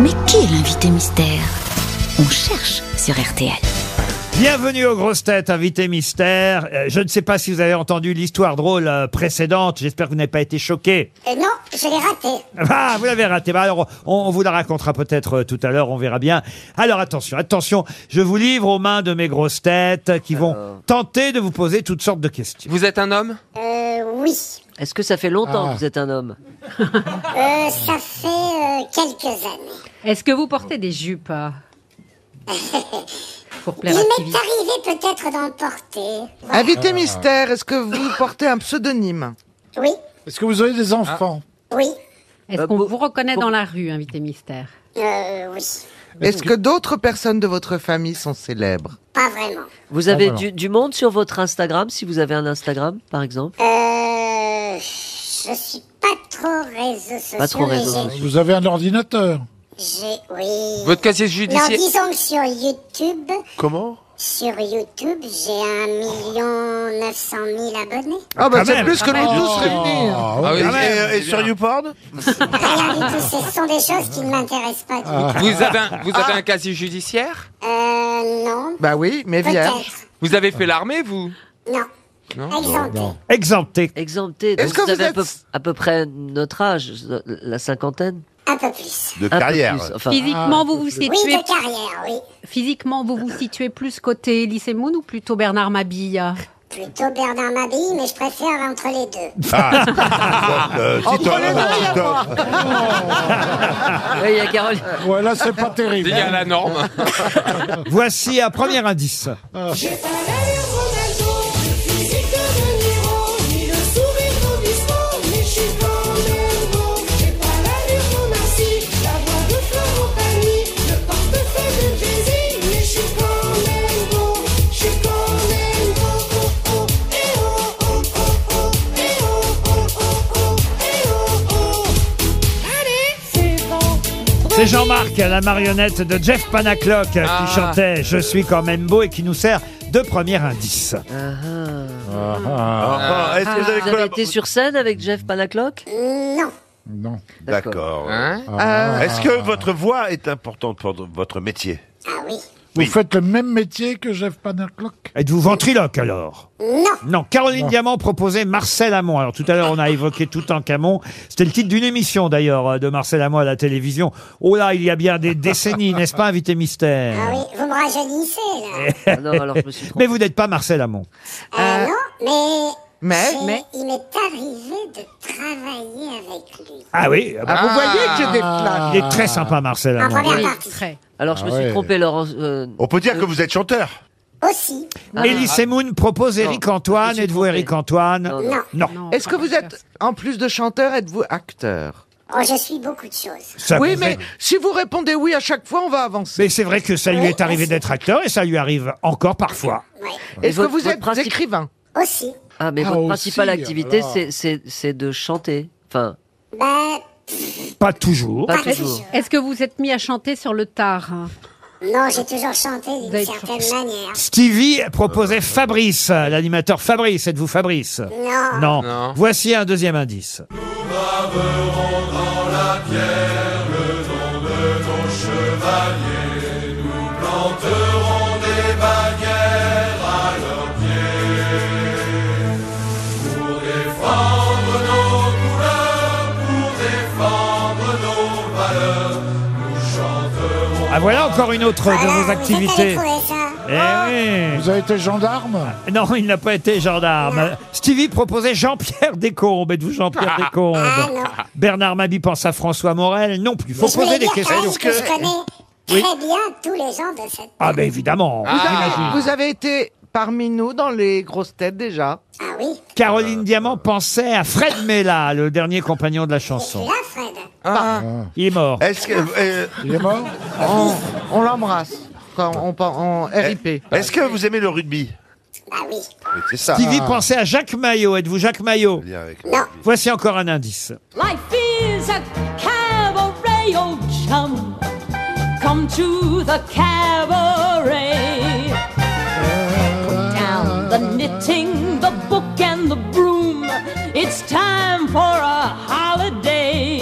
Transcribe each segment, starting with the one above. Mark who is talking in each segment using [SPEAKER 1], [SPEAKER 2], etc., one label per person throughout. [SPEAKER 1] Mais qui est l'invité mystère On cherche sur RTL.
[SPEAKER 2] Bienvenue aux grosses têtes, invité mystère. Euh, Je ne sais pas si vous avez entendu l'histoire drôle euh, précédente. J'espère que vous n'avez pas été choqué.
[SPEAKER 3] Et Euh, non, je l'ai raté.
[SPEAKER 2] Ah, vous l'avez raté. Bah alors, on, on vous la racontera peut-être euh, tout à l'heure. On verra bien. Alors attention, attention. Je vous livre aux mains de mes grosses têtes qui vont tenter de vous poser toutes sortes de questions.
[SPEAKER 4] Vous êtes un homme
[SPEAKER 3] Euh, oui.
[SPEAKER 5] Est-ce que ça fait longtemps
[SPEAKER 6] Ah.
[SPEAKER 5] que vous êtes un homme
[SPEAKER 3] Euh, ça fait euh, quelques années.
[SPEAKER 7] Est-ce que vous portez des jupes euh, pour
[SPEAKER 3] Il
[SPEAKER 7] plaire à
[SPEAKER 3] m'est
[SPEAKER 7] Stevie
[SPEAKER 3] arrivé peut-être d'en porter.
[SPEAKER 8] Invité mystère, est-ce que vous portez un pseudonyme
[SPEAKER 3] Oui,
[SPEAKER 6] Est-ce que vous avez des enfants
[SPEAKER 3] oui,
[SPEAKER 7] Est-ce
[SPEAKER 5] Euh,
[SPEAKER 7] qu'on
[SPEAKER 5] pour-
[SPEAKER 7] vous reconnaît
[SPEAKER 5] pour-
[SPEAKER 7] dans la rue, invité mystère
[SPEAKER 3] euh, oui.
[SPEAKER 8] Est-ce que d'autres personnes de votre famille sont célèbres
[SPEAKER 3] Pas vraiment.
[SPEAKER 5] Vous avez
[SPEAKER 6] Ah, voilà.
[SPEAKER 5] du, du monde sur votre Instagram, si vous avez un Instagram, par exemple
[SPEAKER 3] Euh, je suis pas trop réseau social.
[SPEAKER 5] Pas trop réseaux
[SPEAKER 3] Ah.
[SPEAKER 5] sociaux.
[SPEAKER 6] Vous avez un ordinateur
[SPEAKER 3] J'ai, oui.
[SPEAKER 4] Votre casier
[SPEAKER 3] Non,
[SPEAKER 4] judiciaire
[SPEAKER 3] disons que sur YouTube,
[SPEAKER 6] Comment
[SPEAKER 3] sur YouTube, j'ai 1 million 900 000 abonnés.
[SPEAKER 8] Ah bah
[SPEAKER 2] quand
[SPEAKER 8] c'est
[SPEAKER 2] même.
[SPEAKER 8] plus que nous tous réunis
[SPEAKER 4] Ah oui,
[SPEAKER 6] réunir.
[SPEAKER 4] quand même.
[SPEAKER 8] YouPorn
[SPEAKER 3] Rien du tout, ce sont des choses qui ne m'intéressent pas du tout.
[SPEAKER 4] Vous avez, un, vous avez un casier judiciaire
[SPEAKER 3] Euh, non.
[SPEAKER 8] Bah oui, mais vierge.
[SPEAKER 3] Peut-être.
[SPEAKER 4] Vous avez fait l'armée, vous
[SPEAKER 3] Non. Exempté.
[SPEAKER 2] Exempté.
[SPEAKER 5] Exempté. Donc
[SPEAKER 8] Est-ce que
[SPEAKER 5] vous avez
[SPEAKER 8] vous
[SPEAKER 5] à, peu,
[SPEAKER 8] êtes-
[SPEAKER 5] à peu près notre âge, la cinquantaine
[SPEAKER 3] Un peu plus.
[SPEAKER 9] de
[SPEAKER 5] Un peu
[SPEAKER 9] carrière.
[SPEAKER 5] plus, enfin,
[SPEAKER 8] Ah,
[SPEAKER 7] Physiquement, vous vous
[SPEAKER 3] Oui,
[SPEAKER 7] situez
[SPEAKER 3] de carrière, oui.
[SPEAKER 7] physiquement, vous vous situez plus côté Lycée Moon ou plutôt Bernard Mabille
[SPEAKER 3] Plutôt Bernard Mabille, mais je préfère entre les deux.
[SPEAKER 9] Euh, si t'en- si t'en-
[SPEAKER 5] ouais, il y a Caroline.
[SPEAKER 2] Ah.
[SPEAKER 6] Ah, Ouais, là, c'est pas
[SPEAKER 4] Il
[SPEAKER 6] terrible.
[SPEAKER 4] y a la norme.
[SPEAKER 2] Voici un premier indice.
[SPEAKER 10] J'ai pas l'allure Ronaldo, physique de De Niro, ni le sourire Robisco, mais je suis pas Nero. J'ai pas l'allure Bonassi, la voix de Florent Pagny, le portefeuille de Jay-Z, mais je suis quand même beau, je suis quand même beau. Oh, oh, eh oh, oh, oh, oh, eh oh, oh, oh, oh, eh oh, oh. Allez, c'est bon.
[SPEAKER 2] C'est Jean-Marc, la marionnette de Jeff Panaclock
[SPEAKER 4] Ah.
[SPEAKER 2] qui chantait Je suis quand même beau et qui nous sert de premier indice.
[SPEAKER 6] Ah, ah, ah.
[SPEAKER 9] Ah, Est-ce que vous avez
[SPEAKER 5] Vous avez
[SPEAKER 9] collab-
[SPEAKER 5] été sur scène avec Jeff Panaclock
[SPEAKER 3] Non.
[SPEAKER 6] Non.
[SPEAKER 9] D'accord.
[SPEAKER 4] Hein
[SPEAKER 9] Est-ce que votre voix est importante pour votre métier
[SPEAKER 3] Ah oui.
[SPEAKER 6] Vous
[SPEAKER 9] Oui.
[SPEAKER 6] faites le même métier que Jeff Panaclock
[SPEAKER 2] Êtes-vous ventriloque alors
[SPEAKER 3] Non.
[SPEAKER 2] Non, Caroline Diamant proposait Marcel Hamon. Alors tout à l'heure, on a évoqué tout en Camon. C'était le titre d'une émission d'ailleurs euh, de Marcel Hamon à la télévision. Oh là, il y a bien des décennies, n'est-ce pas, invité mystère
[SPEAKER 3] Ah oui. Vous me rajeunissez, là.
[SPEAKER 5] Ah Non, alors je me suis
[SPEAKER 2] Mais
[SPEAKER 5] trompée.
[SPEAKER 2] vous n'êtes pas Marcel Hamon.
[SPEAKER 3] Ah non, mais.
[SPEAKER 8] Mais-
[SPEAKER 3] j'ai-
[SPEAKER 8] mais-
[SPEAKER 3] Il m'est arrivé de travailler avec lui.
[SPEAKER 2] Ah oui, ah bah,
[SPEAKER 8] Vous voyez que j'ai des flashs
[SPEAKER 5] Ah.
[SPEAKER 2] il est très sympa Marcel
[SPEAKER 3] En
[SPEAKER 2] Hamon.
[SPEAKER 3] première
[SPEAKER 7] Oui,
[SPEAKER 3] partie.
[SPEAKER 7] très.
[SPEAKER 5] Alors je me suis
[SPEAKER 6] Ah ouais.
[SPEAKER 5] trompé, Laurent. euh,
[SPEAKER 8] Oh.
[SPEAKER 9] On peut dire que vous êtes chanteur.
[SPEAKER 3] Aussi.
[SPEAKER 5] ah,
[SPEAKER 2] Élise Moon propose Eric
[SPEAKER 5] je me
[SPEAKER 2] Antoine.
[SPEAKER 5] suis
[SPEAKER 2] Êtes-vous
[SPEAKER 5] trompé.
[SPEAKER 2] Eric Antoine
[SPEAKER 5] Non,
[SPEAKER 3] Non.
[SPEAKER 2] Non.
[SPEAKER 7] Non,
[SPEAKER 8] Est-ce que
[SPEAKER 7] enfin,
[SPEAKER 8] vous êtes, en plus de chanteur, êtes-vous acteur
[SPEAKER 3] Oh, je suis beaucoup de choses.
[SPEAKER 2] Ça
[SPEAKER 8] Oui,
[SPEAKER 2] vous
[SPEAKER 8] mais
[SPEAKER 2] est-
[SPEAKER 8] si vous répondez oui à chaque fois, on va avancer.
[SPEAKER 2] Mais c'est vrai que ça lui est arrivé d'être acteur et ça lui arrive encore parfois.
[SPEAKER 3] Ouais.
[SPEAKER 8] Est-ce que
[SPEAKER 5] votre-
[SPEAKER 8] vous
[SPEAKER 5] votre
[SPEAKER 8] êtes
[SPEAKER 5] principe-
[SPEAKER 8] écrivain
[SPEAKER 3] Aussi.
[SPEAKER 5] Ah, mais
[SPEAKER 6] Ah,
[SPEAKER 5] votre
[SPEAKER 6] aussi,
[SPEAKER 5] principale activité,
[SPEAKER 6] alors.
[SPEAKER 5] c'est- c'est c'est de chanter. Enfin,
[SPEAKER 3] Bah,
[SPEAKER 2] Pas toujours.
[SPEAKER 5] pas
[SPEAKER 3] Pas
[SPEAKER 5] toujours.
[SPEAKER 3] toujours.
[SPEAKER 7] Est-ce que vous êtes mis à chanter sur le tard hein
[SPEAKER 3] non, j'ai toujours chanté d'une
[SPEAKER 7] êtes
[SPEAKER 3] certaine manière.
[SPEAKER 2] Stevie proposait Fabrice, l'animateur Fabrice. Êtes-vous Fabrice Non.
[SPEAKER 3] Non.
[SPEAKER 4] Non.
[SPEAKER 2] Voici un deuxième indice. Ah voilà encore une autre
[SPEAKER 3] Voilà,
[SPEAKER 2] de vos
[SPEAKER 3] vous
[SPEAKER 2] activités.
[SPEAKER 3] êtes Ah, allé trouver ça.
[SPEAKER 2] Eh oui.
[SPEAKER 6] Vous avez été gendarme
[SPEAKER 2] Non, il n'a pas été gendarme. Stevie proposait Jean-Pierre Descombes. Êtes-vous Jean-Pierre Descombes
[SPEAKER 3] Ah non.
[SPEAKER 2] Bernard Mabi pense à François Morel. Non plus. Faut
[SPEAKER 3] Je voulais
[SPEAKER 2] poser des
[SPEAKER 3] dire quand
[SPEAKER 2] questions.
[SPEAKER 3] même que je connais très bien tous les gens de cette...
[SPEAKER 2] Ah ben évidemment.
[SPEAKER 8] Vous
[SPEAKER 4] Ah.
[SPEAKER 8] avez- Vous avez été parmi nous dans les grosses têtes déjà.
[SPEAKER 3] Ah oui.
[SPEAKER 2] Caroline Diamant pensait à Fred Mella, le dernier compagnon de la chanson.
[SPEAKER 3] Là, Fred.
[SPEAKER 2] Il est mort.
[SPEAKER 9] Est-ce que, euh,
[SPEAKER 6] Il est mort
[SPEAKER 8] On, on l'embrasse quand on, pen- en RIP.
[SPEAKER 9] est-ce que vous aimez le rugby
[SPEAKER 3] Bah oui.
[SPEAKER 9] Oui, C'est ça.
[SPEAKER 2] Stevie pensait à Jacques Maillot. Êtes-vous Jacques Maillot
[SPEAKER 9] Lien avec-
[SPEAKER 3] Non.
[SPEAKER 2] Voici encore un indice.
[SPEAKER 10] Life is a cabaret, oh chum. Come to the cabaret. Put down the knitting, the book, and the broom. It's time for a holiday.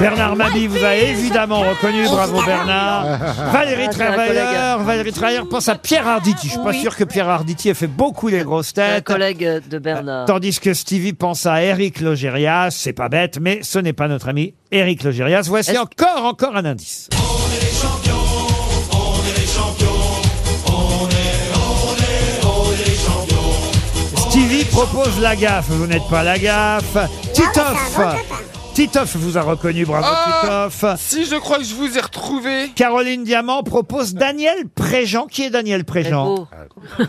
[SPEAKER 2] Bernard Mabi vous a évidemment reconnu, bravo Bernard. Valérie
[SPEAKER 5] Ah, c'est un
[SPEAKER 2] Travailleur, Valérie Travailleur pense à Pierre Arditi. Je suis pas sûr que Pierre Arditi ait fait beaucoup les grosses
[SPEAKER 5] Un
[SPEAKER 2] têtes.
[SPEAKER 5] collègue de Bernard.
[SPEAKER 2] Tandis que Stevie pense à Eric Logérias, c'est pas bête, mais ce n'est pas notre ami Eric Logérias. Voici
[SPEAKER 5] Est-ce-
[SPEAKER 2] encore, encore un indice. Stevie propose la gaffe, vous n'êtes pas la gaffe. Titoff,
[SPEAKER 3] Ah, c'est un bon copain.
[SPEAKER 2] Titoff vous a reconnu, bravo
[SPEAKER 4] Ah
[SPEAKER 2] Titoff.
[SPEAKER 4] Si je crois que je vous ai retrouvé.
[SPEAKER 2] Caroline Diamant propose Daniel Préjean. Qui est Daniel
[SPEAKER 5] Très
[SPEAKER 2] Préjean
[SPEAKER 5] beau.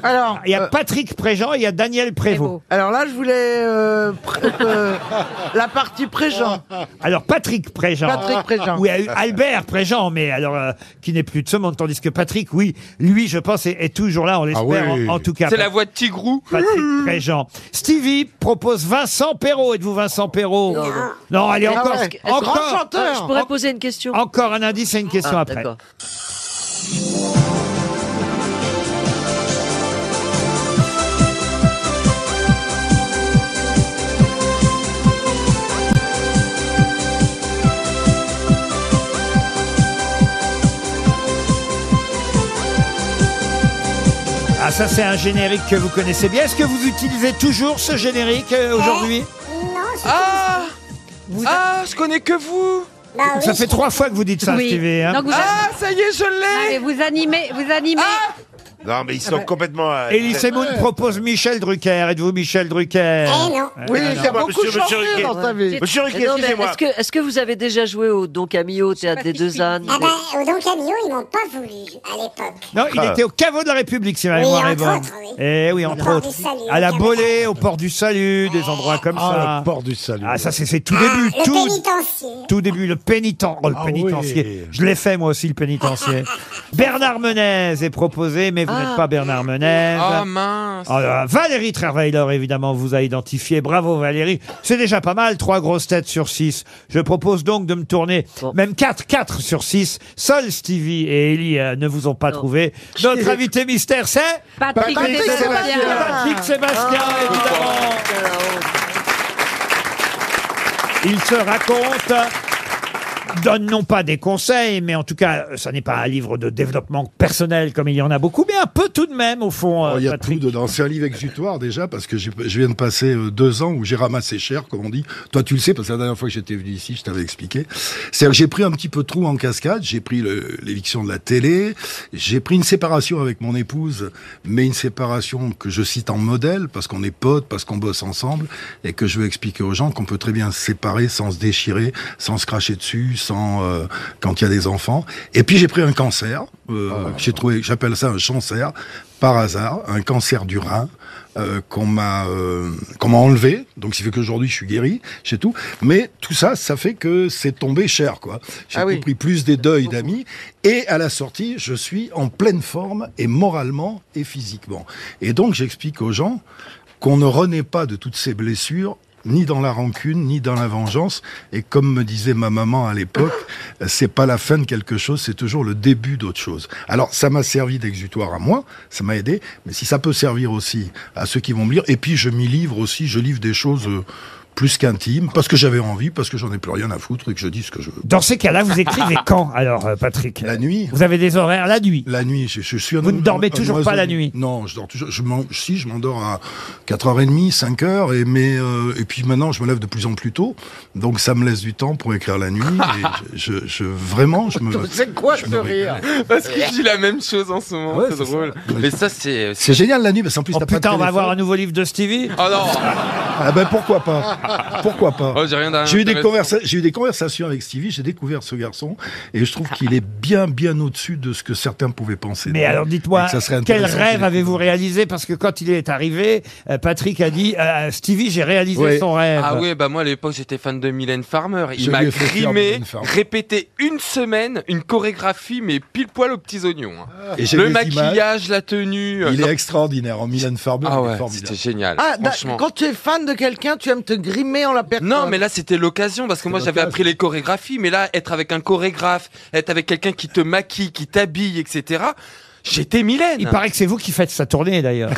[SPEAKER 8] Alors,
[SPEAKER 2] Il y a
[SPEAKER 8] euh,
[SPEAKER 2] Patrick Préjean et il y a Daniel Prévost.
[SPEAKER 7] beau.
[SPEAKER 8] alors là, je voulais euh, pr- euh, la partie Préjean.
[SPEAKER 2] Alors Patrick Préjean.
[SPEAKER 8] Patrick Préjean.
[SPEAKER 2] Oui, euh, Albert Préjean, mais alors euh, qui n'est plus de ce monde, tandis que Patrick, oui, lui, je pense, est, est toujours là, on l'espère
[SPEAKER 6] oui.
[SPEAKER 2] en, en tout cas.
[SPEAKER 4] C'est la voix de Tigrou.
[SPEAKER 2] Patrick Préjean. Stevie propose Vincent Perrault. Êtes-vous Vincent Perrault
[SPEAKER 5] Non, non.
[SPEAKER 2] Non, allez,
[SPEAKER 8] Ah
[SPEAKER 2] encore,
[SPEAKER 8] ouais. Grand
[SPEAKER 2] encore,
[SPEAKER 5] Ah, je
[SPEAKER 8] chanteur.
[SPEAKER 5] pourrais poser une question.
[SPEAKER 2] encore un indice et une question
[SPEAKER 5] Ah,
[SPEAKER 2] après.
[SPEAKER 5] d'accord.
[SPEAKER 2] Ah, ça, c'est un générique que vous connaissez bien. Est-ce que vous utilisez toujours ce générique euh, aujourd'hui
[SPEAKER 3] Non, c'est
[SPEAKER 4] Ah Ah, je connais que vous.
[SPEAKER 3] Bah oui.
[SPEAKER 2] Ça fait trois fois que vous dites ça,
[SPEAKER 7] Oui.
[SPEAKER 2] Stevie. hein.
[SPEAKER 7] Donc vous,
[SPEAKER 4] Ah, ça y est,
[SPEAKER 7] Non,
[SPEAKER 5] Ah,
[SPEAKER 7] mais
[SPEAKER 4] je l'ai.
[SPEAKER 7] vous animez, vous animez.
[SPEAKER 2] Ah
[SPEAKER 9] Non, mais ils
[SPEAKER 5] bah.
[SPEAKER 9] sont complètement. euh,
[SPEAKER 2] Elise Moon propose Michel Drucker. Êtes-vous Michel Drucker
[SPEAKER 3] Eh non.
[SPEAKER 8] Oui,
[SPEAKER 9] Ah,
[SPEAKER 2] euh,
[SPEAKER 8] il
[SPEAKER 9] non.
[SPEAKER 8] a beaucoup
[SPEAKER 9] Monsieur- monsieur
[SPEAKER 8] changé
[SPEAKER 9] Riquet.
[SPEAKER 8] dans sa vie.
[SPEAKER 9] Monsieur
[SPEAKER 5] Mais
[SPEAKER 9] Riquet,
[SPEAKER 5] non, mais
[SPEAKER 9] excusez-moi.
[SPEAKER 5] est-ce que, est-ce que vous avez déjà joué au Don Camillo, au Théâtre des Deux Ânes
[SPEAKER 3] Ah bah, au Don Camillo, ils m'ont pas voulu à l'époque.
[SPEAKER 2] Non, il
[SPEAKER 6] Ah.
[SPEAKER 2] était au caveau de la République, si ma
[SPEAKER 3] Oui,
[SPEAKER 2] mémoire est
[SPEAKER 3] entre
[SPEAKER 2] bonne.
[SPEAKER 3] autres, oui.
[SPEAKER 2] Eh oui, entre
[SPEAKER 3] port
[SPEAKER 2] autres.
[SPEAKER 3] du Salut,
[SPEAKER 2] à la
[SPEAKER 3] au caveau.
[SPEAKER 2] Bolée, au port du Salut, des endroits comme
[SPEAKER 6] Ah,
[SPEAKER 2] ça.
[SPEAKER 6] le port du salut.
[SPEAKER 2] Ah, ça, c'est c'est tout début,
[SPEAKER 3] Le
[SPEAKER 2] tout,
[SPEAKER 3] pénitencier.
[SPEAKER 2] tout début, le pénitent, oh, le
[SPEAKER 6] Ah
[SPEAKER 2] pénitencier.
[SPEAKER 6] oui.
[SPEAKER 2] Je l'ai fait, moi aussi, le pénitencier. Bernard Menez est proposé, mais vous
[SPEAKER 3] Ah.
[SPEAKER 2] n'êtes pas Bernard Menez.
[SPEAKER 4] Ah mince.
[SPEAKER 2] Alors, euh, Valérie Travailleur, évidemment, vous a identifié. Bravo, Valérie. C'est déjà pas mal, trois grosses têtes sur six. Je propose donc de me tourner,
[SPEAKER 5] Bon.
[SPEAKER 2] même quatre, quatre sur six. Seuls Stevie et Ellie euh, ne vous ont pas
[SPEAKER 5] Non.
[SPEAKER 2] trouvé. Notre invité mystère, c'est
[SPEAKER 7] Patrick,
[SPEAKER 8] Patrick
[SPEAKER 7] Sébastien.
[SPEAKER 8] Sébastien.
[SPEAKER 2] Patrick Sébastien, évidemment. Il se raconte donne non pas des conseils, mais en tout cas, euh, ça n'est pas un livre de développement personnel comme il y en a beaucoup, mais un peu tout de même, au fond, euh,
[SPEAKER 11] Oh, Il y a
[SPEAKER 2] Patrick.
[SPEAKER 11] tout dedans. C'est un livre exutoire déjà parce que j'ai- je viens de passer euh, deux ans où j'ai ramassé cher, comme on dit. Toi, tu le sais parce que la dernière fois que j'étais venu ici, je t'avais expliqué. C'est que j'ai pris un petit peu trop en cascade. J'ai pris le- l'éviction de la télé. J'ai pris une séparation avec mon épouse, mais une séparation que je cite en modèle parce qu'on est potes, parce qu'on bosse ensemble et que je veux expliquer aux gens qu'on peut très bien se séparer sans se déchirer, sans se cracher dessus, sans euh, quand il y a des enfants. Et puis j'ai pris un cancer. euh, que j'ai trouvé, j'appelle ça un cancer par hasard un cancer du rein euh, qu'on m'a euh, qu'on m'a enlevé. Donc, ça fait qu'aujourd'hui, je suis guéri, j'ai tout. Mais tout ça, ça fait que c'est tombé cher, quoi. J'ai
[SPEAKER 8] Ah oui.
[SPEAKER 11] pris plus des deuils d'amis. Et à la sortie, je suis en pleine forme, et moralement, et physiquement. Et donc, j'explique aux gens qu'on ne renaît pas de toutes ces blessures ni dans la rancune, ni dans la vengeance. Et comme me disait ma maman à l'époque, euh, c'est pas la fin de quelque chose, c'est toujours le début d'autre chose. Alors, ça m'a servi d'exutoire à moi, ça m'a aidé, mais si ça peut servir aussi à ceux qui vont me lire, et puis je m'y livre aussi, je livre des choses euh, plus qu'intimes, parce que j'avais envie, parce que j'en ai plus rien à foutre et que je dis ce que je veux.
[SPEAKER 2] Dans ces cas-là, vous écrivez quand, alors, euh, Patrick
[SPEAKER 11] La nuit.
[SPEAKER 2] Vous avez des horaires la nuit.
[SPEAKER 11] La nuit, je, je suis un
[SPEAKER 2] Vous ne
[SPEAKER 11] un-
[SPEAKER 2] dormez
[SPEAKER 11] un
[SPEAKER 2] toujours
[SPEAKER 11] oiseau
[SPEAKER 2] pas la
[SPEAKER 11] du-
[SPEAKER 2] nuit
[SPEAKER 11] Non, je dors toujours. Je m'en- si, je m'endors à 4h30, 5h, et, mais, euh, et puis maintenant, je me lève de plus en plus tôt. Donc, ça me laisse du temps pour écrire la nuit. et je, je- je- vraiment, je me.
[SPEAKER 8] C'est quoi
[SPEAKER 11] je
[SPEAKER 8] ce
[SPEAKER 11] me
[SPEAKER 8] rire
[SPEAKER 11] régale.
[SPEAKER 4] Parce que je dis la même chose en ce moment.
[SPEAKER 11] Ouais,
[SPEAKER 4] c'est
[SPEAKER 11] c'est
[SPEAKER 4] drôle. Mais ça, c'est.
[SPEAKER 11] C'est génial la nuit, parce qu'en plus,
[SPEAKER 2] Oh
[SPEAKER 11] t'as pas de
[SPEAKER 2] putain, on va
[SPEAKER 11] téléphone.
[SPEAKER 2] avoir un nouveau livre de Stevie
[SPEAKER 4] Oh non.
[SPEAKER 11] Ah ben, pourquoi pas Pourquoi pas
[SPEAKER 4] Oh, j'ai rien d'un-
[SPEAKER 11] J'ai eu, des
[SPEAKER 4] intéressant.
[SPEAKER 11] conversa- j'ai eu des conversations avec Stevie, j'ai découvert ce garçon, et je trouve qu'il est bien, bien au-dessus de ce que certains pouvaient penser.
[SPEAKER 2] Mais alors
[SPEAKER 11] Et
[SPEAKER 2] dites-moi,
[SPEAKER 11] que ça serait
[SPEAKER 2] quel
[SPEAKER 11] intéressant qu'il
[SPEAKER 2] rêve
[SPEAKER 11] ait-
[SPEAKER 2] avez-vous réalisé Parce que quand il est arrivé, euh, Patrick a dit euh, Stevie, j'ai réalisé
[SPEAKER 11] Ouais.
[SPEAKER 2] son rêve.
[SPEAKER 4] Ah ouais, bah moi à l'époque j'étais fan de Mylène Farmer. Il
[SPEAKER 11] Je
[SPEAKER 4] m'a
[SPEAKER 11] lui ai fait faire
[SPEAKER 4] grimé,
[SPEAKER 11] Mylène Farmer.
[SPEAKER 4] répété une semaine, une chorégraphie, mais pile poil aux petits oignons. hein.
[SPEAKER 11] Ah. Et j'ai
[SPEAKER 4] Le
[SPEAKER 11] des images.
[SPEAKER 4] maquillage, la tenue. euh,
[SPEAKER 11] Il
[SPEAKER 4] non.
[SPEAKER 11] est extraordinaire. En Milan Farber,
[SPEAKER 4] Ah
[SPEAKER 11] il
[SPEAKER 4] ouais,
[SPEAKER 11] est
[SPEAKER 4] c'était
[SPEAKER 11] formidable.
[SPEAKER 4] génial.
[SPEAKER 8] Ah, da-
[SPEAKER 4] franchement.
[SPEAKER 8] quand tu es fan de quelqu'un, tu aimes te grimer en la personne.
[SPEAKER 4] Non, mais là c'était l'occasion parce que moi j'avais
[SPEAKER 11] l'occasion.
[SPEAKER 4] appris les chorégraphies, mais là être avec un chorégraphe, être avec quelqu'un qui te maquille, qui t'habille, etc.
[SPEAKER 2] J'étais Mylène. Il paraît que c'est vous qui faites sa tournée d'ailleurs.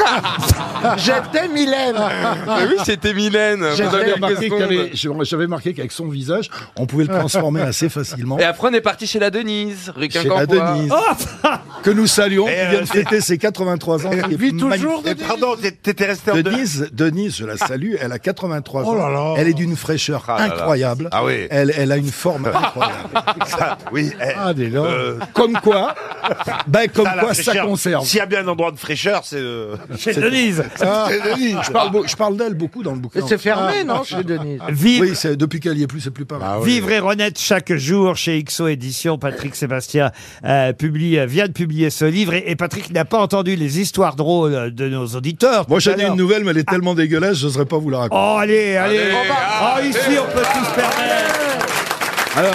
[SPEAKER 11] Ah,
[SPEAKER 8] J'étais Mylène.
[SPEAKER 4] Mais Ah oui, c'était Mylène. pendant
[SPEAKER 11] J'avais
[SPEAKER 4] quelques
[SPEAKER 11] remarqué
[SPEAKER 4] secondes.
[SPEAKER 11] qu'elle est- je- j'avais marqué qu'avec son visage, on pouvait le transformer assez facilement.
[SPEAKER 4] Et après, on est parti chez la Denise, rue
[SPEAKER 11] Chez la
[SPEAKER 4] Quincampoix.
[SPEAKER 11] Denise,
[SPEAKER 9] Ah
[SPEAKER 11] que nous saluons, qui vient de fêter ses 83 ans. qui est magnifique.
[SPEAKER 9] Et pardon, t'es- t'étais resté en
[SPEAKER 11] Denise, Denise, je la salue, elle a 83
[SPEAKER 6] Oh là là.
[SPEAKER 11] ans. Elle est d'une fraîcheur
[SPEAKER 9] Ah là là.
[SPEAKER 11] incroyable.
[SPEAKER 9] Ah oui.
[SPEAKER 11] Elle, elle a une forme incroyable.
[SPEAKER 9] Ça, oui, eh,
[SPEAKER 6] Ah, des lents.
[SPEAKER 9] euh,
[SPEAKER 11] comme quoi, ben comme
[SPEAKER 9] ça, la
[SPEAKER 11] quoi ça
[SPEAKER 9] fraîcheur.
[SPEAKER 11] conserve.
[SPEAKER 9] S'il y a bien un endroit de fraîcheur, c'est. euh,
[SPEAKER 2] Chez Denise.
[SPEAKER 11] Ah, je parle, beau- je parle d'elle beaucoup dans le bouquin.
[SPEAKER 8] C'est
[SPEAKER 11] Ah.
[SPEAKER 8] fermé, non, chez Denise
[SPEAKER 2] Vive,
[SPEAKER 11] Oui, ah c'est- depuis qu'elle y est plus, c'est plus pareil.
[SPEAKER 2] Vivre et renaître chaque jour chez XO Édition. Patrick Sébastien euh, publie, euh, vient de publier ce livre et, et Patrick n'a pas entendu les histoires drôles de nos auditeurs.
[SPEAKER 11] Moi,
[SPEAKER 2] tout à
[SPEAKER 11] j'en ai
[SPEAKER 2] l'heure.
[SPEAKER 11] une nouvelle, mais elle est tellement dégueulasse, je n'oserais pas vous la raconter.
[SPEAKER 2] Oh, allez, allez. oh, ici, on peut tout se permettre.
[SPEAKER 11] Alors,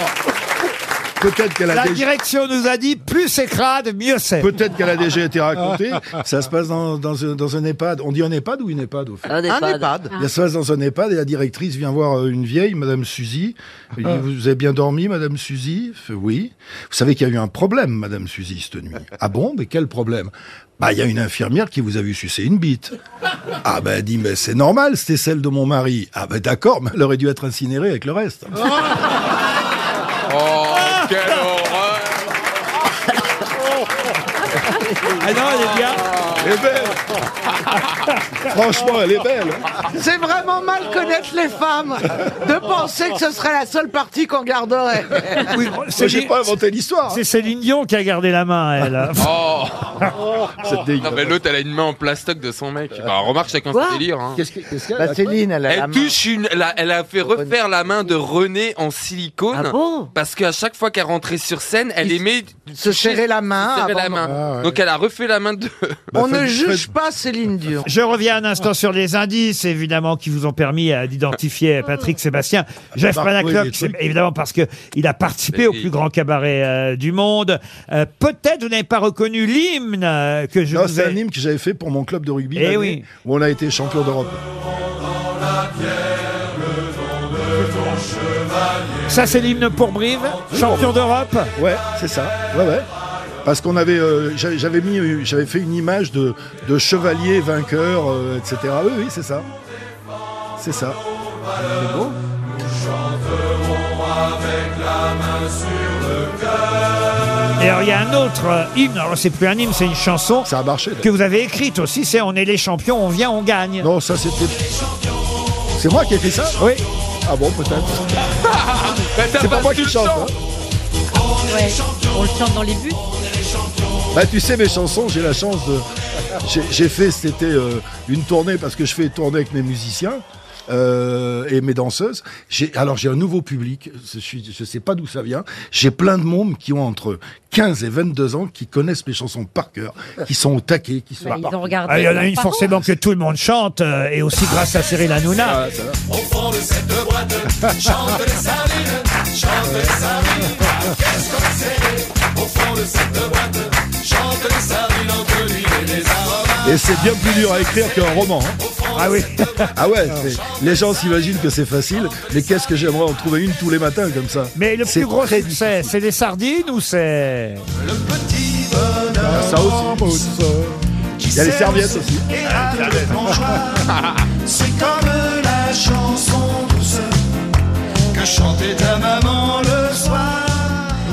[SPEAKER 11] peut-être qu'elle a
[SPEAKER 2] La
[SPEAKER 11] déjà...
[SPEAKER 2] direction nous a dit plus c'est crade, mieux c'est.
[SPEAKER 11] Peut-être qu'elle a déjà été racontée. Ça se passe dans, dans, un, dans un EHPAD. On dit un EHPAD ou une EHPAD au fait
[SPEAKER 5] Un
[SPEAKER 8] Un
[SPEAKER 5] EHPAD.
[SPEAKER 8] EHPAD.
[SPEAKER 11] Il y a ça dans un EHPAD et la directrice vient voir euh, une vieille, Madame Suzy. Elle dit, vous avez bien dormi, Madame Suzy Elle fait, Oui. Vous savez qu'il y a eu un problème, Madame Suzy, cette nuit. Ah bon Mais quel problème Bah, il y a une infirmière qui vous a vu sucer une bite. Ah ben, elle dit, mais c'est normal, c'était celle de mon mari. Ah ben d'accord, mais elle aurait dû être incinérée avec le reste.
[SPEAKER 4] Oh, quelle horreur
[SPEAKER 2] Ah non, elle est bien.
[SPEAKER 11] Elle est belle Franchement, elle est belle
[SPEAKER 8] C'est vraiment mal connaître les femmes de penser que ce serait la seule partie qu'on garderait.
[SPEAKER 2] Oui,
[SPEAKER 11] Moi,
[SPEAKER 2] Oh, c'est
[SPEAKER 11] j'ai pas inventé l'histoire.
[SPEAKER 2] c'est Céline Dion qui a gardé la main, elle.
[SPEAKER 4] Oh
[SPEAKER 11] C'est
[SPEAKER 4] Non, mais l'autre, elle a une main en plastoc de son mec. Bah, remarque, chacun
[SPEAKER 5] Quoi
[SPEAKER 4] ses délires. hein.
[SPEAKER 11] Qu'est-ce que- qu'est-ce qu'elle
[SPEAKER 8] Bah, Céline, elle a la
[SPEAKER 4] Elle
[SPEAKER 8] main.
[SPEAKER 4] touche une. la- elle a fait refaire la main de René en silicone.
[SPEAKER 5] Ah bon
[SPEAKER 4] Parce qu'à chaque fois qu'elle rentrait sur scène, elle
[SPEAKER 8] Il
[SPEAKER 4] aimait
[SPEAKER 8] se serrer la main.
[SPEAKER 4] serrer la
[SPEAKER 8] avant-
[SPEAKER 4] main.
[SPEAKER 6] Ah ouais.
[SPEAKER 4] Donc elle a refait la main de.
[SPEAKER 8] On
[SPEAKER 11] Bah,
[SPEAKER 8] ne
[SPEAKER 11] Fred-
[SPEAKER 8] juge pas Céline Dion.
[SPEAKER 2] Je reviens un instant sur les indices, évidemment, qui vous ont permis euh, d'identifier Patrick Sébastien. Jeff
[SPEAKER 11] Marc, oui,
[SPEAKER 2] Panaclock,
[SPEAKER 11] les
[SPEAKER 2] c'est
[SPEAKER 11] trucs.
[SPEAKER 2] évidemment parce que il a participé
[SPEAKER 4] Mais
[SPEAKER 2] au
[SPEAKER 4] oui.
[SPEAKER 2] plus grand cabaret euh, du monde. Euh, Peut-être vous n'avez pas reconnu l'hymne euh, que je
[SPEAKER 11] Non,
[SPEAKER 2] vous
[SPEAKER 11] c'est un
[SPEAKER 2] ai...
[SPEAKER 11] hymne que j'avais fait pour mon club de rugby
[SPEAKER 2] Eh
[SPEAKER 11] l'année
[SPEAKER 2] oui.
[SPEAKER 11] où on a été champion d'Europe.
[SPEAKER 2] Ça, c'est l'hymne pour Brive, champion d'Europe.
[SPEAKER 11] Ouais, c'est ça. Ouais, ouais. Parce qu'on avait, euh, j'a- j'avais mis, euh, j'avais fait une image de, de chevalier vainqueur, euh, etc. Oui, oui, c'est ça. C'est ça.
[SPEAKER 2] Et alors, il y a un autre euh, hymne, alors c'est plus un hymne, c'est une chanson
[SPEAKER 11] Ça a marché.
[SPEAKER 2] que vous avez écrite aussi, c'est On est les champions, on vient, on gagne.
[SPEAKER 11] Non, ça c'était. C'est moi qui ai fait ça
[SPEAKER 2] Oui.
[SPEAKER 11] Ah bon, peut-être.
[SPEAKER 4] Bah,
[SPEAKER 11] C'est pas moi qui chante. hein.
[SPEAKER 7] On le chante dans les buts.
[SPEAKER 11] Bah, tu sais, mes chansons, j'ai la chance de. J'ai j'ai fait, c'était euh, une tournée parce que je fais tourner avec mes musiciens. euh, et mes danseuses. J'ai- Alors j'ai un nouveau public, je suis, je sais pas d'où ça vient. J'ai plein de mômes qui ont entre 15 et 22 ans, qui connaissent mes chansons par cœur, qui sont au taquet, qui sont
[SPEAKER 7] Bah, ils ont regardé.
[SPEAKER 2] Ah, Il y en a une
[SPEAKER 7] Par contre,
[SPEAKER 2] forcément que tout le monde chante, euh, et aussi grâce à Cyril Hanouna.
[SPEAKER 11] Euh, Et c'est bien plus dur à écrire qu'un roman. hein.
[SPEAKER 2] Ah oui.
[SPEAKER 11] Ah ouais, c'est- les gens s'imaginent que c'est facile, mais qu'est-ce que j'aimerais en trouver une tous les matins comme ça.
[SPEAKER 2] Mais le
[SPEAKER 11] C'est
[SPEAKER 2] plus gros
[SPEAKER 11] très
[SPEAKER 2] succès, c'est les sardines ou c'est...
[SPEAKER 11] Ah, ça aussi. Il y a les Ah, serviettes aussi.
[SPEAKER 10] C'est comme la chanson douce que chantait ta maman le soir.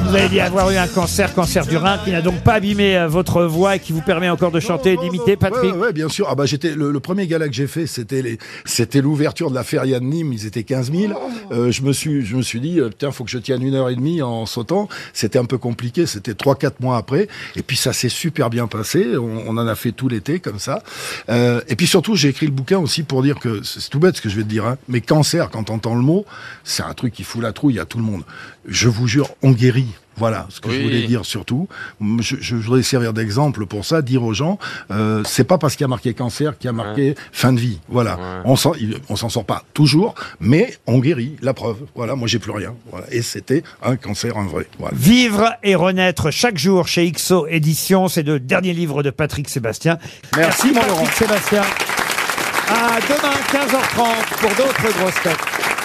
[SPEAKER 2] Vous avez dit avoir eu un cancer, cancer du rein, qui n'a donc pas abîmé euh, votre voix et qui vous permet encore de chanter et d'imiter, Patrick.
[SPEAKER 11] Ouais, ouais, bien sûr. Ah bah j'étais le, le premier gala que j'ai fait, c'était les, c'était l'ouverture de la feria de Nîmes. Ils étaient 15 000. Euh, je me suis, je me suis dit euh, putain, faut que je tienne une heure et demie en sautant. C'était un peu compliqué. C'était trois quatre mois après. Et puis ça s'est super bien passé. On, on en a fait tout l'été comme ça. Euh, et puis surtout, j'ai écrit le bouquin aussi pour dire que c'est c'est tout bête ce que je vais te dire. hein, mais cancer, quand t'entends le mot, c'est un truc qui fout la trouille à tout le monde. Je vous jure, on guérit. Voilà ce que je
[SPEAKER 4] Oui.
[SPEAKER 11] voulais dire dire surtout. Je, je voudrais servir d'exemple pour ça, dire aux gens, euh, c'est pas parce qu'il y a marqué cancer qu'il y a marqué fin de vie. Voilà, on s'en, il- on s'en sort pas toujours, mais on guérit. La preuve. Voilà, moi j'ai plus rien. Voilà. Et c'était un cancer, un vrai. Voilà.
[SPEAKER 2] Vivre et renaître chaque jour chez XO Édition, c'est le dernier livre de Patrick Sébastien.
[SPEAKER 11] Merci, mon
[SPEAKER 2] Patrick
[SPEAKER 11] Laurent.
[SPEAKER 2] Sébastien. À demain 15h30 pour d'autres grosses têtes.